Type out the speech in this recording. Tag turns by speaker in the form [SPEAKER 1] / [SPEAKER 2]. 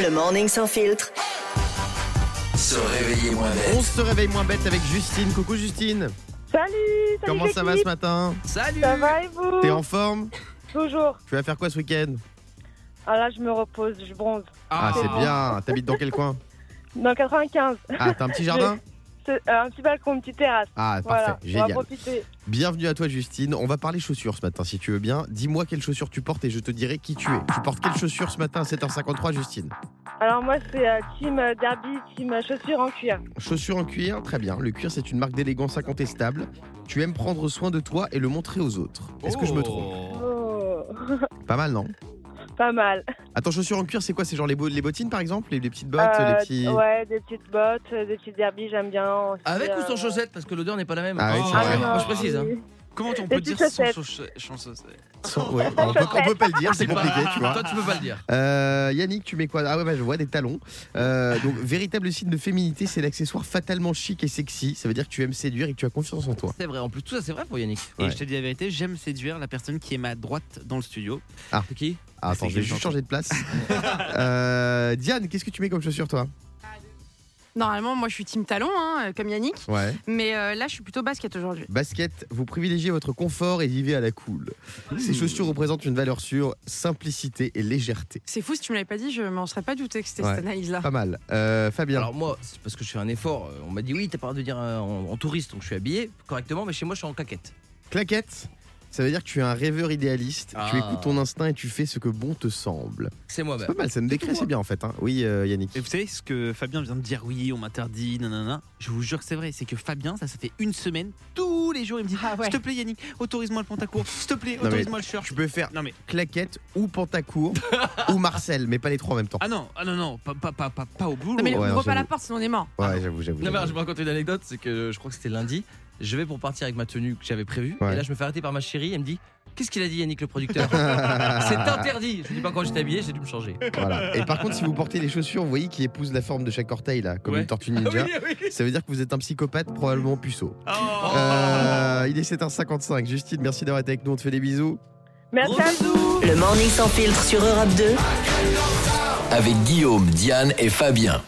[SPEAKER 1] Le morning sans filtre.
[SPEAKER 2] Se réveiller moins
[SPEAKER 3] On
[SPEAKER 2] bête.
[SPEAKER 3] se réveille moins bête avec Justine. Coucou Justine.
[SPEAKER 4] Salut, salut
[SPEAKER 3] Comment ça va ce
[SPEAKER 4] l'équipe.
[SPEAKER 3] matin
[SPEAKER 5] Salut
[SPEAKER 4] Ça va et vous
[SPEAKER 3] T'es en forme
[SPEAKER 4] Toujours.
[SPEAKER 3] Tu vas faire quoi ce week-end
[SPEAKER 4] Ah là, je me repose, je bronze.
[SPEAKER 3] Ah, c'est bien. T'habites dans quel coin
[SPEAKER 4] Dans le 95,
[SPEAKER 3] Ah, t'as un petit jardin
[SPEAKER 4] c'est euh, un petit balcon, une petite terrasse.
[SPEAKER 3] Ah,
[SPEAKER 4] Voilà,
[SPEAKER 3] parfait.
[SPEAKER 4] on va
[SPEAKER 3] Génial.
[SPEAKER 4] profiter.
[SPEAKER 3] Bienvenue à toi Justine. On va parler chaussures ce matin si tu veux bien. Dis-moi quelles chaussures tu portes et je te dirai qui tu es. Tu portes quelles chaussures ce matin à 7h53 Justine
[SPEAKER 4] Alors moi, c'est euh, team euh, derby, team euh, chaussures en cuir.
[SPEAKER 3] Chaussures en cuir, très bien. Le cuir c'est une marque d'élégance incontestable. Tu aimes prendre soin de toi et le montrer aux autres. Est-ce que je me trompe
[SPEAKER 4] Oh,
[SPEAKER 3] Pas mal non
[SPEAKER 4] pas mal.
[SPEAKER 3] Attends, chaussures en cuir c'est quoi C'est genre les, bo- les bottines par exemple les, les petites bottes,
[SPEAKER 4] Euh,
[SPEAKER 3] les petits...
[SPEAKER 4] Ouais, des petites bottes, euh, des petites derbies, j'aime bien. aussi,
[SPEAKER 5] Avec ou
[SPEAKER 4] euh,
[SPEAKER 5] sans chaussettes Parce que l'odeur n'est pas la même.
[SPEAKER 3] Ah oui, c'est
[SPEAKER 4] Ah,
[SPEAKER 3] vrai.
[SPEAKER 4] non,
[SPEAKER 5] Moi, je précise. hein.
[SPEAKER 4] oui.
[SPEAKER 6] Comment on
[SPEAKER 4] Des
[SPEAKER 6] peut
[SPEAKER 4] petites
[SPEAKER 6] dire sans
[SPEAKER 4] chaussettes.
[SPEAKER 6] chaussette- chanceuse
[SPEAKER 3] Sans- ouais, on, peut, on peut pas le dire, c'est
[SPEAKER 5] pas-
[SPEAKER 3] compliqué, tu vois.
[SPEAKER 5] Toi, tu peux pas le dire.
[SPEAKER 3] Euh, Yannick, tu mets quoi Ah ouais, bah, je vois des talons. Euh, donc, véritable signe de féminité, c'est l'accessoire fatalement chic et sexy. Ça veut dire que tu aimes séduire et que tu as confiance en toi.
[SPEAKER 5] C'est vrai. En plus, tout ça, c'est vrai pour Yannick.
[SPEAKER 3] Ouais.
[SPEAKER 6] Et je te dis la vérité, j'aime séduire la personne qui est ma droite dans le studio.
[SPEAKER 3] Ah.
[SPEAKER 6] C'est Qui
[SPEAKER 3] Ah, attends,
[SPEAKER 6] C'est
[SPEAKER 3] je vais juste
[SPEAKER 6] exactement.
[SPEAKER 3] changer de place. Euh, Diane, qu'est-ce que tu mets comme chaussure, toi
[SPEAKER 7] Normalement, moi, je suis team talon, hein, euh, comme Yannick.
[SPEAKER 3] Ouais.
[SPEAKER 7] Mais euh, là, je suis plutôt basket aujourd'hui.
[SPEAKER 3] Basket, vous privilégiez votre confort et vivez à la cool. Ces chaussures représentent une valeur sûre, simplicité et légèreté.
[SPEAKER 7] C'est fou, si tu me l'avais pas dit, je m'en serais pas douté que c'était
[SPEAKER 3] Ouais.
[SPEAKER 7] cette analyse-là.
[SPEAKER 3] Pas mal. Euh, Fabien,
[SPEAKER 5] Alors moi, c'est parce que je fais un effort. euh, On m'a dit oui, t'as pas le droit de dire euh, en, en touriste, donc je suis habillé correctement, mais chez moi, je suis en claquette.
[SPEAKER 3] claquette ça veut dire que tu es un rêveur idéaliste, tu
[SPEAKER 5] Ah.
[SPEAKER 3] écoutes ton instinct et tu fais ce que bon te semble.
[SPEAKER 5] C'est
[SPEAKER 3] C'est
[SPEAKER 5] moi-même.
[SPEAKER 3] pas mal, ça me décrit, c'est bien en fait. hein. Oui, euh, Yannick.
[SPEAKER 6] Et vous savez ce que Fabien vient de dire Oui, on m'interdit, nanana. Je vous jure que c'est vrai, c'est que Fabien, ça, ça fait une semaine, tous les jours, il me dit
[SPEAKER 7] Ah ouais.
[SPEAKER 6] S'il te plaît, Yannick, autorise-moi le pantacourt, s'il te plaît,
[SPEAKER 3] mais-
[SPEAKER 6] autorise-moi le shirt.
[SPEAKER 3] Tu peux faire
[SPEAKER 6] Non mais,
[SPEAKER 3] claquette ou pantacourt ou Marcel, mais pas les trois en même temps.
[SPEAKER 6] ah non, ah non, non, pas, pas, pas, pas, pas au boulot.
[SPEAKER 7] Non, mais
[SPEAKER 3] Ouais,
[SPEAKER 7] ouvre
[SPEAKER 3] j'avoue.
[SPEAKER 7] pas la porte, sinon on est mort.
[SPEAKER 3] Ouais, j'avoue, j'avoue.
[SPEAKER 5] Non, mais alors, je
[SPEAKER 3] j'avoue.
[SPEAKER 5] vais raconter une anecdote, c'est que je crois que c'était lundi. Je vais pour partir avec ma tenue que j'avais prévue.
[SPEAKER 3] Ouais.
[SPEAKER 5] Et là, je me fais arrêter par ma chérie. Elle me dit Qu'est-ce qu'il a dit, Yannick, le producteur C'est interdit Je dis pas quand j'étais habillé, j'ai dû me changer.
[SPEAKER 3] Voilà. Et par contre, si vous portez les chaussures, vous voyez qui épousent la forme de chaque orteil là, comme
[SPEAKER 6] Ouais. Ah
[SPEAKER 3] une tortue ninja. Ça veut dire que vous êtes un psychopathe, probablement puceau.
[SPEAKER 6] Oh.
[SPEAKER 3] Euh, il est 7h55. Justine, merci d'avoir été avec nous. On te fait des bisous.
[SPEAKER 4] Merci à vous.
[SPEAKER 1] Le morning sans filtre sur Europe 2.
[SPEAKER 2] Avec Guillaume, Diane et Fabien.